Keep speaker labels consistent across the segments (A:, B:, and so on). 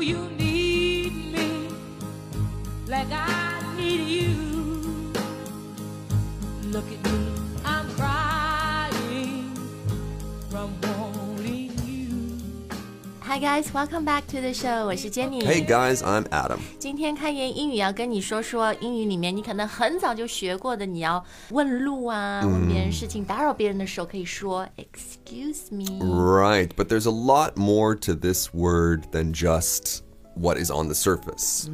A: you need me like I need you. Look at me, I'm crying from wanting you.
B: Hi guys, welcome back to the show。我是 Jenny。
C: Hey guys, I'm Adam.
B: 今天开言英语要跟你说说英语里面你可能很早就学过的，你要问路啊，问别人事情，打扰别人的时候可以说 Excuse
C: 嗯
B: me。
C: Right, but there's a lot more to this word than just what is on the surface.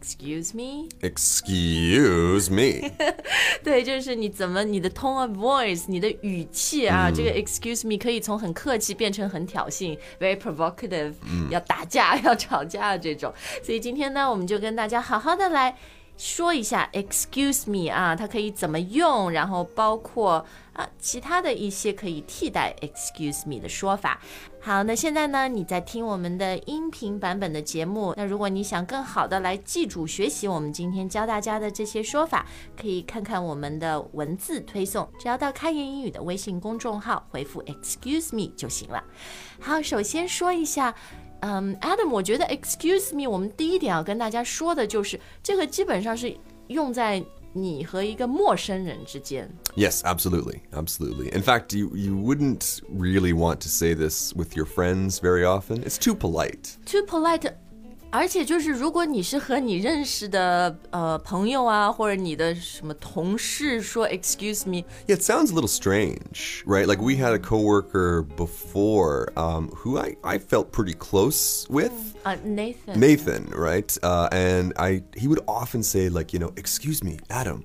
B: Excuse me。
C: Excuse me.
B: 对，就是你怎么你的 tone of voice，你的语气啊，这个 Excuse me 可以从很客气变成很挑衅，very provocative，、要打架、 要吵架啊这种。所以今天呢，我们就跟大家好好的来。说一下，excuse me 啊，它可以怎么用？然后包括啊其他的一些可以替代 excuse me 的说法。好，那现在呢，你在听我们的音频版本的节目。那如果你想更好的来记住、学习我们今天教大家的这些说法，可以看看我们的文字推送，只要到开言英语的微信公众号回复 excuse me 就行了。好，首先说一下。嗯、a d a m 我觉得 Excuse me，我们第一点要跟大家说的就是，这个基本上是用在你和一个陌生人之间。
C: yes, absolutely. Absolutely. In fact, you, you wouldn't really want to say this with your friends very often. It's too polite.
B: too polite。而且就是，如果你是和你认识的呃朋友啊，或者你的什么同事说 “excuse me”，
C: Yeah, it sounds a little strange, right? Like we had a coworker before um, who I, I felt pretty close with.
B: 啊、n a t h a n
C: Nathan, right? Uh, and I, he would often say like, you know, excuse me, Adam,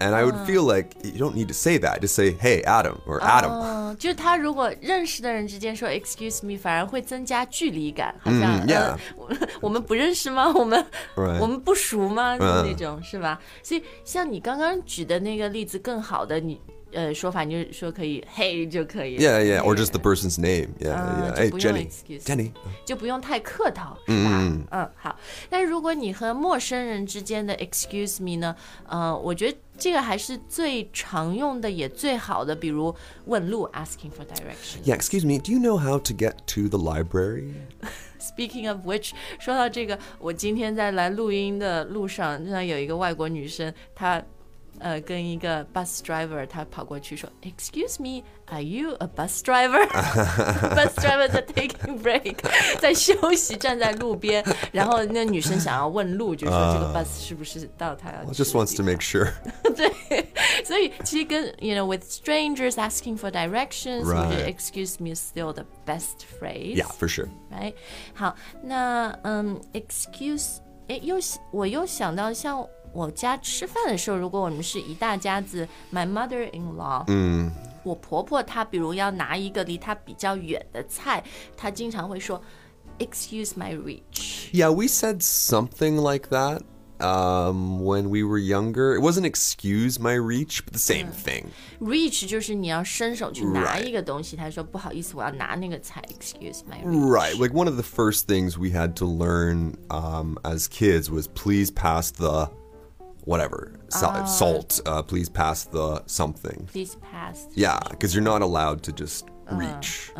C: and I would
B: Oh.
C: feel like you don't need to say that. Just say, hey, Adam, or Adam.
B: 嗯，就是他如果认识的人之间说 “excuse me”，反而会增加距离感，好像、
C: 嗯，yeah
B: 呃我我们不认识吗？我们
C: Right 嗯
B: 我们不熟吗？就那种、是吧？所以像你刚刚举的那个例子更好的你呃说法，你就说可以 “hey” 就可以了
C: Yeah, yeah, or just the person's name. Yeah,
B: Ah,
C: yeah. Hey,
B: just
C: Jenny.
B: excuse.
C: Jenny.
B: 就不用太客套，是吧？嗯好。但是如果你和陌生人之间的 excuse me 呢，呃，我觉得这个还是最常用的，也最好的，比如问路 asking for direction。
C: Yeah, excuse me. Do you know how to get to the library?
B: Speaking of which，说到这个，我今天在来录音的路上，真的有一个外国女生，她。呃，跟一个 bus driver，她跑过去说：“Excuse me, are you a bus driver？” bus driver 在 taking break，在 休息，站在路边。然后那女生想要问路，就说这个 bus 是不是到她要
C: Well,
B: 去的
C: just wants
B: 地
C: to
B: 方
C: make sure.
B: 对，所以其实跟 you know with strangers asking for directions，、我觉得
C: Right.
B: excuse me is still the best phrase。
C: Yeah, for sure.
B: right？好，那嗯，excuse，诶，又我又想到，像我家吃饭的时候，如果我们是一大家子，my mother in law，嗯，我婆婆她比如要拿一个离她比较远的菜，她经常会说，excuse my reach。
C: Yeah, we said something like that um, when we were younger. It wasn't excuse my reach, but the same thing.
B: reach 就是你要伸手去拿
C: Right.
B: 一个东西，她说不好意思，我要拿那个菜，excuse my reach。
C: Right. Like one of the first things we had to learn um, as kids was please pass the whatever sal- salt. Uh, please pass the something.
B: Please pass
C: Yeah, because you're not allowed to just reach.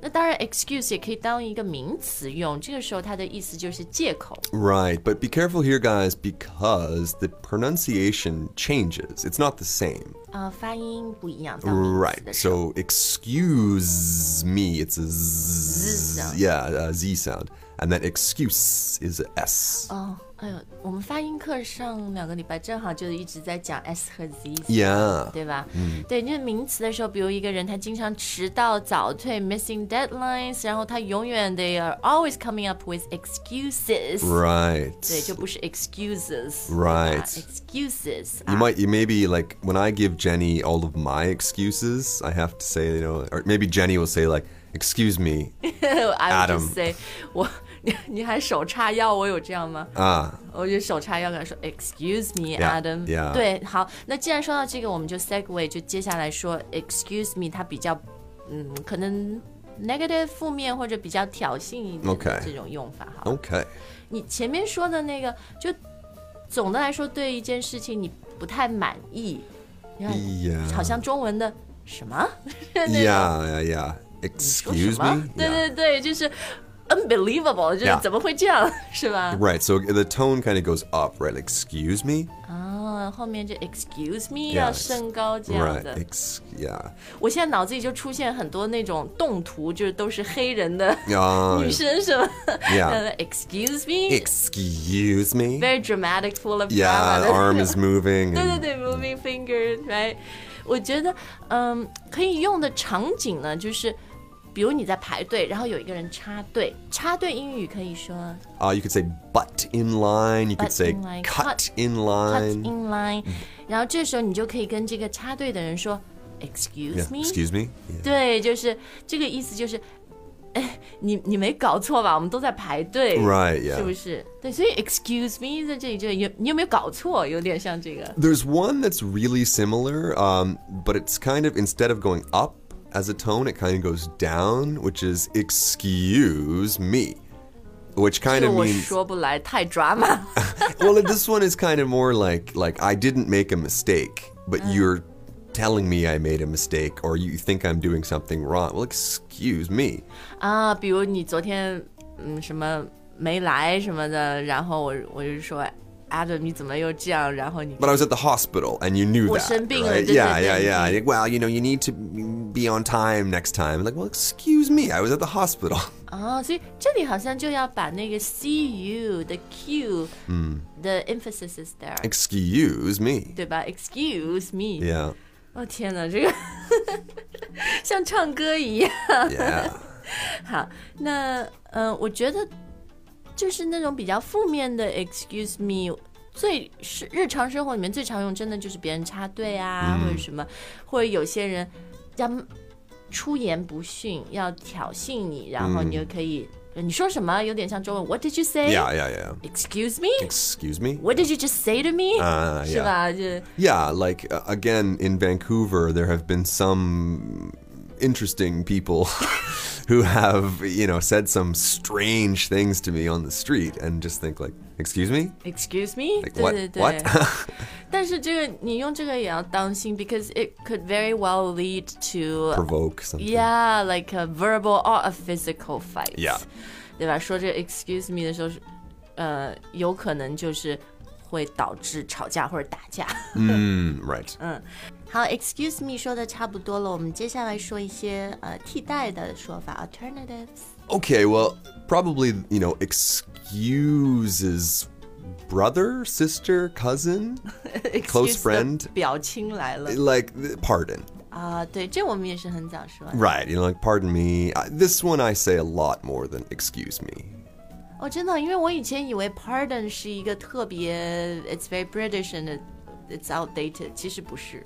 B: 那当然，excuse 也可以当一个名词用，这个时候它的意思就是借口。
C: Right. But be careful here, guys, because the pronunciation changes. It's not the same.
B: 呃，发音不一样。到名词
C: Right.
B: 的时候
C: So excuse me. It's a
B: Z
C: z.
B: sound.
C: Yeah, a z sound. And then excuse is a s.
B: 哦，哎呦，我们发音课上两个礼拜正好就一直在讲 s 和 z，、
C: Yeah.
B: 对吧？嗯，对，那名词的时候，比如一个人他经常迟到、早退、missing deadlines，然后他永远 they are always coming up with excuses，、
C: Right.
B: 对，就不是 excuses，对吧
C: Right.
B: excuses 啊
C: You might, you maybe like when I give Jenny all of my excuses, I have to say, you know, or maybe Jenny will say like, "Excuse me,
B: I would
C: Adam
B: just say，我 你你还手叉腰，我有这样吗？
C: ah,
B: 我就手叉腰跟他说，Excuse me,
C: Yeah,
B: Adam。
C: yeah.
B: 对，好，那既然说到这个，我们就 segue 就接下来说，Excuse me，它比较，嗯，可能 negative 负面或者比较挑衅一点的
C: Okay.
B: 这种用法哈。
C: okay."
B: 你前面说的那个，就总的来说对一件事情你不太满意，你看
C: Yeah.
B: 好像中文的什么？
C: Yeah, yeah, yeah.
B: 说什
C: Excuse
B: 么
C: me.？
B: 对
C: Yeah.
B: 对对，就是 unbelievable，就是
C: Yeah.
B: 怎么会这样，是吧？
C: Right, so the tone kind of goes up, right? Like, excuse me?
B: 啊，后面就 excuse me
C: Yes.
B: 要升高这样
C: Right,
B: 的。
C: ex- yeah.
B: 我现在脑子里就出现很多那种动图，就是都是黑人的
C: Uh,
B: 女生什么
C: Yeah.
B: 呃 excuse me。
C: excuse me?
B: Very dramatic, full of
C: Yeah,
B: drama 的
C: the arm is moving.
B: 对对
C: and-
B: 对，moving finger，right？我觉得，嗯，可以用的场景呢，就是比如你在排队，然后有一个人插队，插队英语可以说
C: Uh, you could say butt in line. You could
B: Butt
C: say
B: in line,
C: cut,
B: cut-
C: in
B: cut
C: line.
B: in line，然后这时候你就可以跟这个插队的人说
C: Yeah,
B: excuse me，
C: excuse me? Yeah.
B: 对，就是这个意思，就是，哎，你你没搞错吧？我们都在排队
C: Right, yeah.
B: 是不是？对，所以 excuse me 在这里就有你有没有搞错？有点像这个
C: There's one that's really similar, um, but it's kind of instead of going up as a tone, it kind of goes down, which is excuse me, which kind
B: 这个
C: of
B: 我
C: means
B: 说不来，太 drama 了。
C: well, this one is kind of more like like I didn't make a mistake, but you're telling me I made a mistake, or you think I'm doing something wrong. Well, excuse me.
B: 啊，比如你昨天嗯什么没来什么的，然后我我就说 Adam 你怎么又这样？然后你
C: But I was at the hospital, and you knew that.
B: 我生病了，对，
C: right?
B: 对，
C: Yeah,
B: 对，
C: yeah,
B: 对。
C: yeah. Like, Well, you know, you need to be on time next time. Like, well, excuse me, I was at the hospital.
B: 哦，所以这里好像就要把那个 see you 的 q 嗯 the emphasis is
C: 哎
B: there。
C: Excuse me.
B: 对吧？Excuse me！
C: Yeah.
B: 哦天哪，这个 像唱歌一样。
C: Yeah.
B: 好，那呃，我觉得就是那种比较负面的 excuse me，最是日常生活里面最常用，真的就是别人插队啊，
C: 嗯
B: 或者什么，或者有些人要出言不逊，要挑衅你，然后你就可以、呃你说什么，有点像中文 What did you say?
C: 嗯 yeah, yeah, yeah.
B: Excuse me?
C: Excuse me.
B: What did you just say to me?
C: 啊
B: 是
C: yeah
B: 吧？就
C: Yeah, like uh, again in Vancouver, there have been some interesting people who have, you know, said some strange things to me on the street, and just think like, "Excuse me,
B: Excuse me？、
C: like
B: 对对
C: what?
B: 对。
C: What?
B: 但是这个你用这个也要当心，because it could very well lead to
C: Provoke something."
B: yeah like a verbal or a physical fight
C: Yeah.
B: 对吧？说这 excuse me 的时候是，呃，有可能就是会导致吵架或者打架。
C: Mm, right.
B: 好，excuse me 说的差不多了，我们接下来说一些呃替代的说法，alternatives。
C: Okay, well, probably, you know, excuses brother, sister, cousin,
B: Excuse
C: Close
B: 的
C: friend
B: 表亲来了
C: like th- pardon.
B: 啊，对，这我们也是很早说的。
C: Right, you know, like pardon me. I, this one I say a lot more than excuse me.
B: 哦，真的，因为我以前以为 pardon 是一个特别，it's very British and it- it's outdated，其实不是。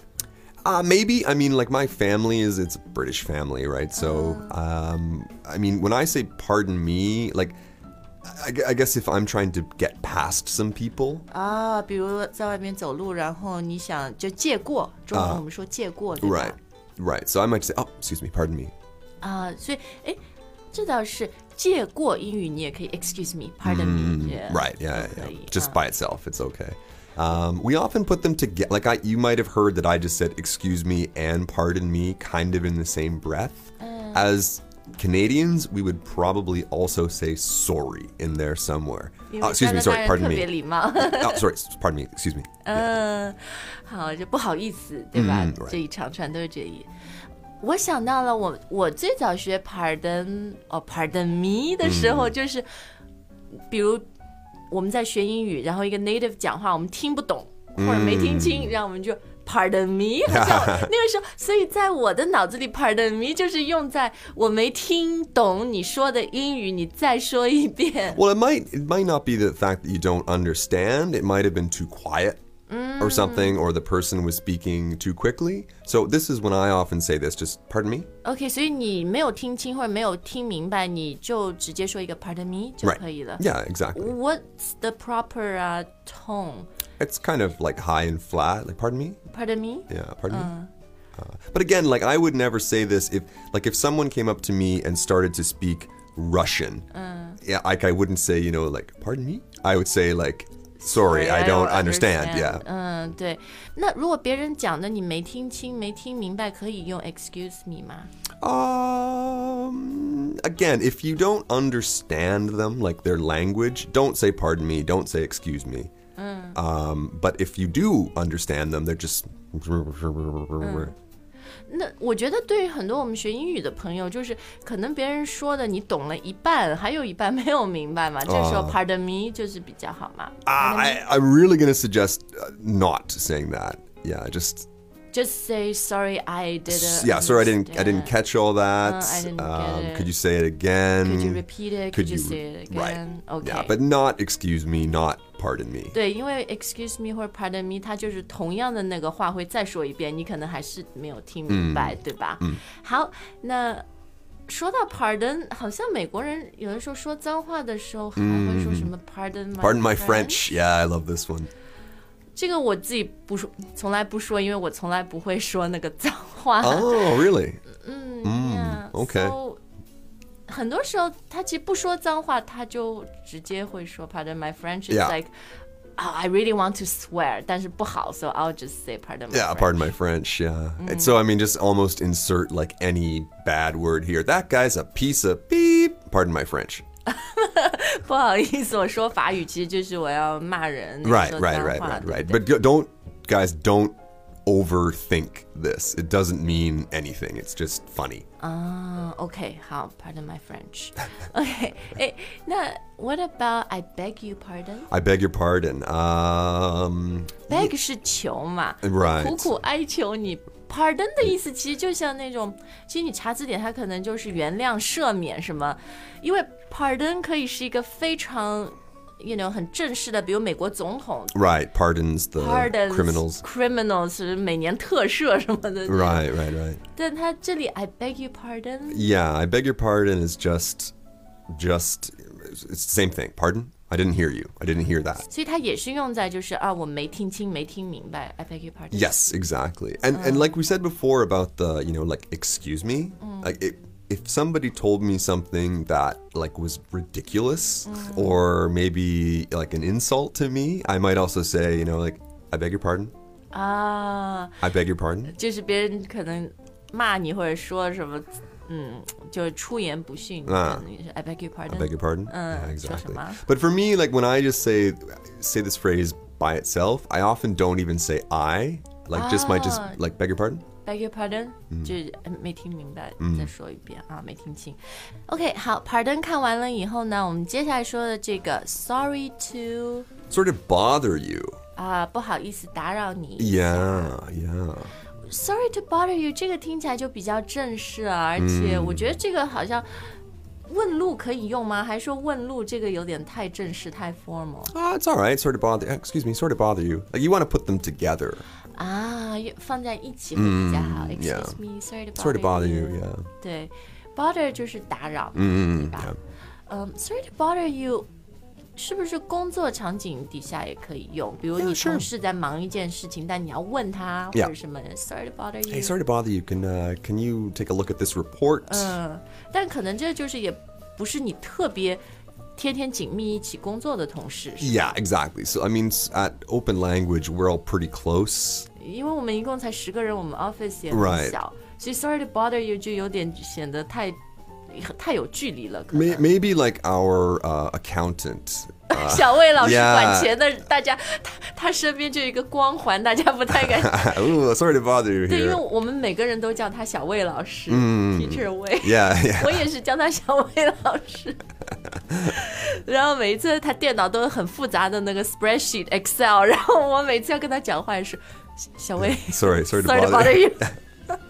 C: Uh, maybe. I mean, like my family is it's a British family, right? So, um, I mean, when I say pardon me, like, I, gu- I guess if I'm trying to get past some people,
B: 啊，比如在外面走路，然后你想就借过，中文我们说借过，对吧？
C: 啊 right, right. So I might say, oh, excuse me, pardon me.
B: 啊，所以哎，这倒是借过英语，你也可以 excuse me，pardon me，这
C: Right, yeah, yeah,
B: 可
C: yeah.
B: 以
C: 嗯 Just
B: 啊
C: by itself, it's okay. Um, we often put them together. Like I, you might have heard that I just said "excuse me" and "pardon me" kind of in the same breath. As Canadians, we would probably also say "sorry" in there somewhere.
B: 因
C: Oh,
B: 为
C: excuse
B: 加
C: me,
B: 拿
C: sorry,
B: 大人
C: pardon
B: 特别
C: me.
B: 礼貌。
C: oh, sorry, s- pardon me, excuse me. Yeah.
B: 嗯， 好，就不好意思，对吧？
C: 嗯，right
B: 这一长串都是这一。我想到了我，我最早学 pardon 哦 pardon me 的时
C: 嗯
B: 候，就是、比如我们在学英语，然后一个 native 讲话，我们听不懂或者没听
C: 嗯
B: 清，然后我们就 pardon me，好 像那个时候，所以在我的脑子里，pardon me 就是用在我没听懂你说的英语，你再说一遍。
C: Well, it might it might not be the fact that you don't understand. It might have been too quiet or something, or the person was speaking too quickly. So this is when I often say this. Just pardon me.
B: OK，所以你没有听清或者没有听明白，你就直接说一个 “pardon me” 就
C: Right.
B: 可以了。
C: Yeah, exactly.
B: What's the proper 啊、tone?
C: It's kind of like high and flat. Like, pardon me?
B: Pardon me?
C: Yeah, pardon me. Uh, but again, like I would never say this if, like, if someone came up to me and started to speak Russian. Yeah, like I wouldn't say, you know, like, pardon me. I would say like, sorry, I don't understand. Yeah.
B: 嗯，对。那如果别人讲的你没听清、没听明白，可以用 “excuse me” 吗？
C: Um, again, if you don't understand them, like their language, don't say pardon me, don't say excuse me. Um, but if you do understand them, they're just. Uh.
B: 那我觉得对于很多我们学英语的朋友，就是可能别人说的你懂了一半，还有一半没有明白嘛，这时候 pardon me 就是比较好嘛。
C: Ah, I, I'm really going to suggest uh, not saying that. Yeah, just.
B: Just say sorry, I didn't.
C: yeah, sorry, I didn't. I didn't
B: understand."
C: catch all that. Um,
B: I didn't get it.
C: Could you say it again?
B: Could you repeat it? Could you say it again?
C: Right. Yeah,
B: Okay.
C: but not excuse me, not pardon me.
B: 对，因为 excuse me 或者 pardon me，它就是同样的那个话会再说一遍，你可能还是没有听明白，对吧？嗯。好，那说到 pardon，好像美国人有的时候说脏话的时候，还会说什么 pardon my
C: Pardon my
B: friend
C: French. Yeah, I love this one.
B: 这个我自己不说，从来不说，因为我从来不会说那个脏话。
C: Oh, really?
B: 嗯
C: OK
B: 很多时候他其实不说脏话，他就直接会说 “Pardon my French”。It's
C: Yeah.
B: like, oh, I really want to swear，但是不好，so I'll just say “Pardon my”。French."
C: Yeah,
B: Mm.
C: pardon my French. Yeah. And so I mean, just almost insert like any bad word here. That guy's a piece of beep. Pardon my French.
B: 不好意思，我说法语其实就是我要骂人。
C: Right,
B: 说
C: right,
B: 脏
C: right,
B: 话
C: right,
B: 对
C: right.
B: 不
C: But go- don't, guys, don't overthink this. It doesn't mean anything. It's just funny.
B: 啊，OK，好，Pardon my French。OK，哎，那 What about I beg you pardon？
C: I beg your pardon. Um,
B: beg 是求嘛
C: Right
B: 苦苦哀求你。Pardon 的意思其实就像那种，其实你查字典，它可能就是原谅、赦免什么，因为 pardon 可以是一个非常，you know，很正式的，比如美国总统
C: right, pardons the
B: pardons
C: Oh, criminals.
B: criminals 每年特赦什么的。
C: Right, right, right.
B: 但他这里 I beg you pardon，
C: Yeah, I beg your pardon is just, just, it's the same thing. Pardon? I didn't hear you. I didn't hear that.
B: 所以它也是用在就是啊，我没听清，没听明白。I beg you pardon。
C: Yes, exactly. And and like we said before about the, you know, like excuse me,
B: Mm.
C: like it, if somebody told me something that like was ridiculous
B: Mm.
C: or maybe like an insult to me, I might also say, you know, like I beg your pardon.
B: 啊。
C: I beg your pardon.
B: 就是别人可能骂你或者说什么，嗯，就是出言不逊，
C: 啊
B: 可能也是 I beg your
C: I beg your
B: pardon。
C: pardon.
B: Uh,
C: yeah, exactly.
B: 说什么？
C: But for me, like when I just say say this phrase by itself, I often don't even say I. Like just might just
B: Ah.
C: like beg your pardon.
B: beg your pardon，就是
C: 嗯
B: 没听明白，再说一遍啊，没听清。OK，好，pardon 看完了以后呢，我们接下来说的这个 sorry to
C: Sort of bother you.
B: 啊，不好意思打扰你。
C: Yeah, yeah.
B: Sorry to bother you，这个听起来就比较正式啊，而且
C: 嗯
B: 我觉得这个好像问路可以用吗？还是说问路这个有点太正式、太 formal？
C: Ah, it's all right. Sort of bother. Excuse me. Sort of bother you. Like you want to put them together.
B: 啊，又放在一起会比较好。
C: 嗯 yeah.
B: Excuse me, sorry to bother,
C: Sorry to bother you. Yeah.
B: 对，bother 就是打扰，嗯对吧？嗯、s o r r y to bother you，是不是工作场景底下也可以用？比如
C: Yeah,
B: 你
C: sure.
B: 同事在忙一件事情，但你要问他或
C: Yeah.
B: 者什么，sorry to bother you。
C: Hey, sorry to bother you. Can uh, can you take a look at this report?
B: 嗯，但可能这就是也不是你特别天天紧密一起工作的同事，是吧
C: yeah, exactly. So I mean, s- at open language, we're all pretty close.
B: 因为我们一共才十个人，我们 office 也
C: Right.
B: 很小所以 sorry to bother you 就有点显得太太有距离了。可能
C: May- maybe like our uh, accountant.
B: 小魏老师
C: 啊 Yeah.
B: 管钱的，大家他他身边就有一个光环，大家不太敢。
C: Ooh, sorry to bother you
B: 对，因为
C: here.
B: 我们每个人都叫他小魏老师、t e a c h e r 魏。
C: 嗯 Yeah,
B: 我
C: yeah.
B: 也是叫他小魏老师。 然后每一次他电脑都有很复杂的那个 spreadsheet Excel，然后我每次要跟他讲话也是小小魏
C: Sorry, sorry to
B: sorry to
C: bother
B: bother you。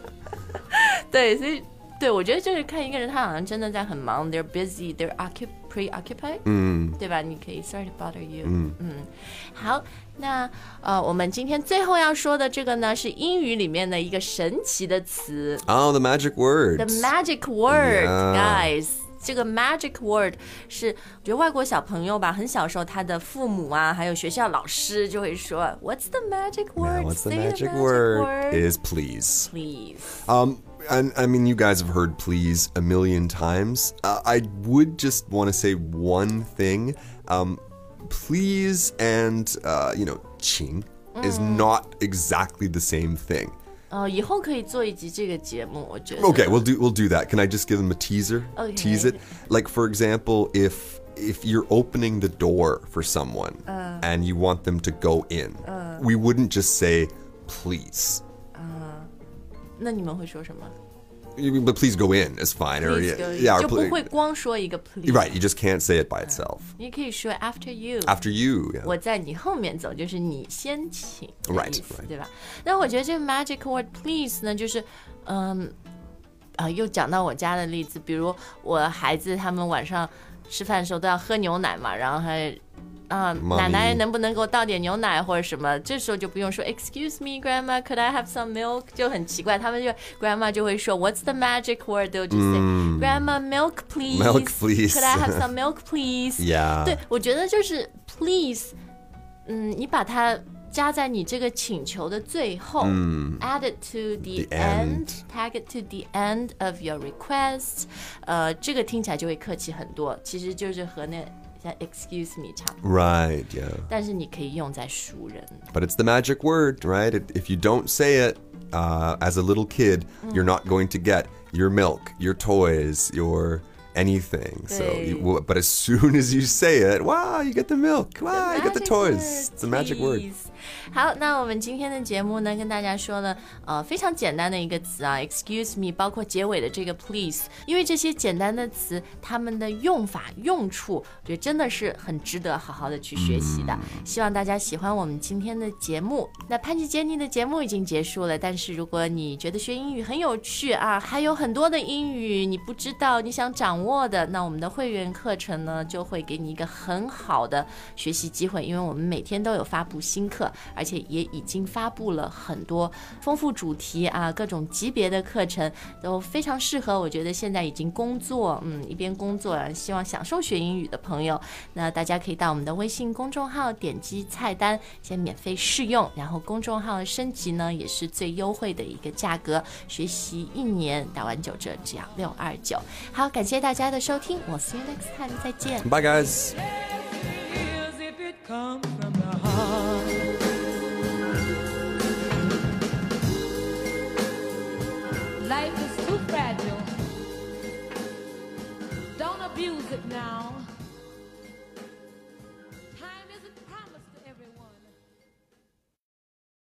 B: 对，所以对我觉得就是看一个人，他好像真的在很忙，they're busy，they're occup preoccupied，嗯，对吧？你可以 sorry to bother you，嗯好，那呃，我们今天最后要说的这个呢，是英语里面的一个神奇的词。
C: Oh, the magic words.
B: The magic word,
C: Yeah.
B: guys. 这个 magic word 是，我觉得外国小朋友吧，很小时候他的父母啊，还有学校老师就会说，What's the magic
C: Now,
B: word?
C: what's the
B: Say
C: magic
B: magic
C: word? Is please.
B: please.
C: Um, and I mean, you guys have heard please a million times. Uh, I would just want to say one thing.
B: Mm.
C: Um, please and, uh, you know, ching is not exactly the same thing.
B: 哦，以后可以做一集这个节目，我觉得。
C: Okay, we'll do we'll do that. Can I just give them a teaser?
B: Okay.
C: Tease it. Like for example, if if you're opening the door for someone
B: Uh.
C: and you want them to go in, we wouldn't just say please.
B: 那你们会说什么
C: You- But please go in is fine. or
B: Please
C: yeah,
B: go in
C: yeah, or
B: 就
C: pl-
B: 不会光说一个 please。
C: right. You just can't say it by itself.
B: 你可以说 after you。
C: After you, yeah.
B: 我在你后面走，就是你先请的
C: Right,
B: 意思
C: right.
B: 对吧？那我觉得这个 magic word please 呢，就是，嗯，啊，又讲到我家的例子，比如我孩子他们晚上吃饭的时候都要喝牛奶嘛，然后还。啊、
C: Mommy
B: 奶奶能不能给我倒点牛奶或者什么？这时候就不用说 Excuse me, Grandma, could I have some milk？就很奇怪，他们就 Grandma 就会说 What's the magic word? They'll just say、Grandma, milk please.
C: 嗯 Milk, please.
B: Could I have some milk please?
C: Yeah.
B: 对，我觉得就是 please，嗯，你把它加在你这个请求的最后、a d d it to the,
C: The
B: end，tag it to the end of your request，呃，这个听起来就会客气很多，其实就是和那像 excuse me 差不多，
C: Right. Yeah.
B: 但是你可以用在熟人。
C: But it's the magic word, right? It, if you don't say it uh, as a little kid,
B: Mm.
C: you're not going to get your milk, your toys, your anything. So, you,
B: Right.
C: w- but as soon as you say it, wow, you get the milk. Wow, you get the
B: Magic
C: toys.
B: word,
C: it's the magic word.
B: please. 好，那我们今天的节目呢，跟大家说呢，呃，非常简单的一个词啊，excuse me，包括结尾的这个 please，因为这些简单的词，它们的用法、用处，我觉得真的是很值得好好的去学习的。
C: 嗯
B: 希望大家喜欢我们今天的节目。那潘吉杰尼的节目已经结束了，但是如果你觉得学英语很有趣啊，还有很多的英语你不知道、你想掌握的，那我们的会员课程呢，就会给你一个很好的学习机会，因为我们每天都有发布新课，而且也已经发布了很多丰富主题啊，各种级别的课程都非常适合。我觉得现在已经工作，嗯，一边工作，希望享受学英语的朋友，那大家可以到我们的微信公众号点击菜单，先免费试用，然后公众号的升级呢也是最优惠的一个价格，学习一年打完九折，只要六二九。好，感谢大家的收听，我 see you next time，再见。
C: Bye, guys.
A: Feels if it come from the heart. Life is too fragile. Don't abuse it now.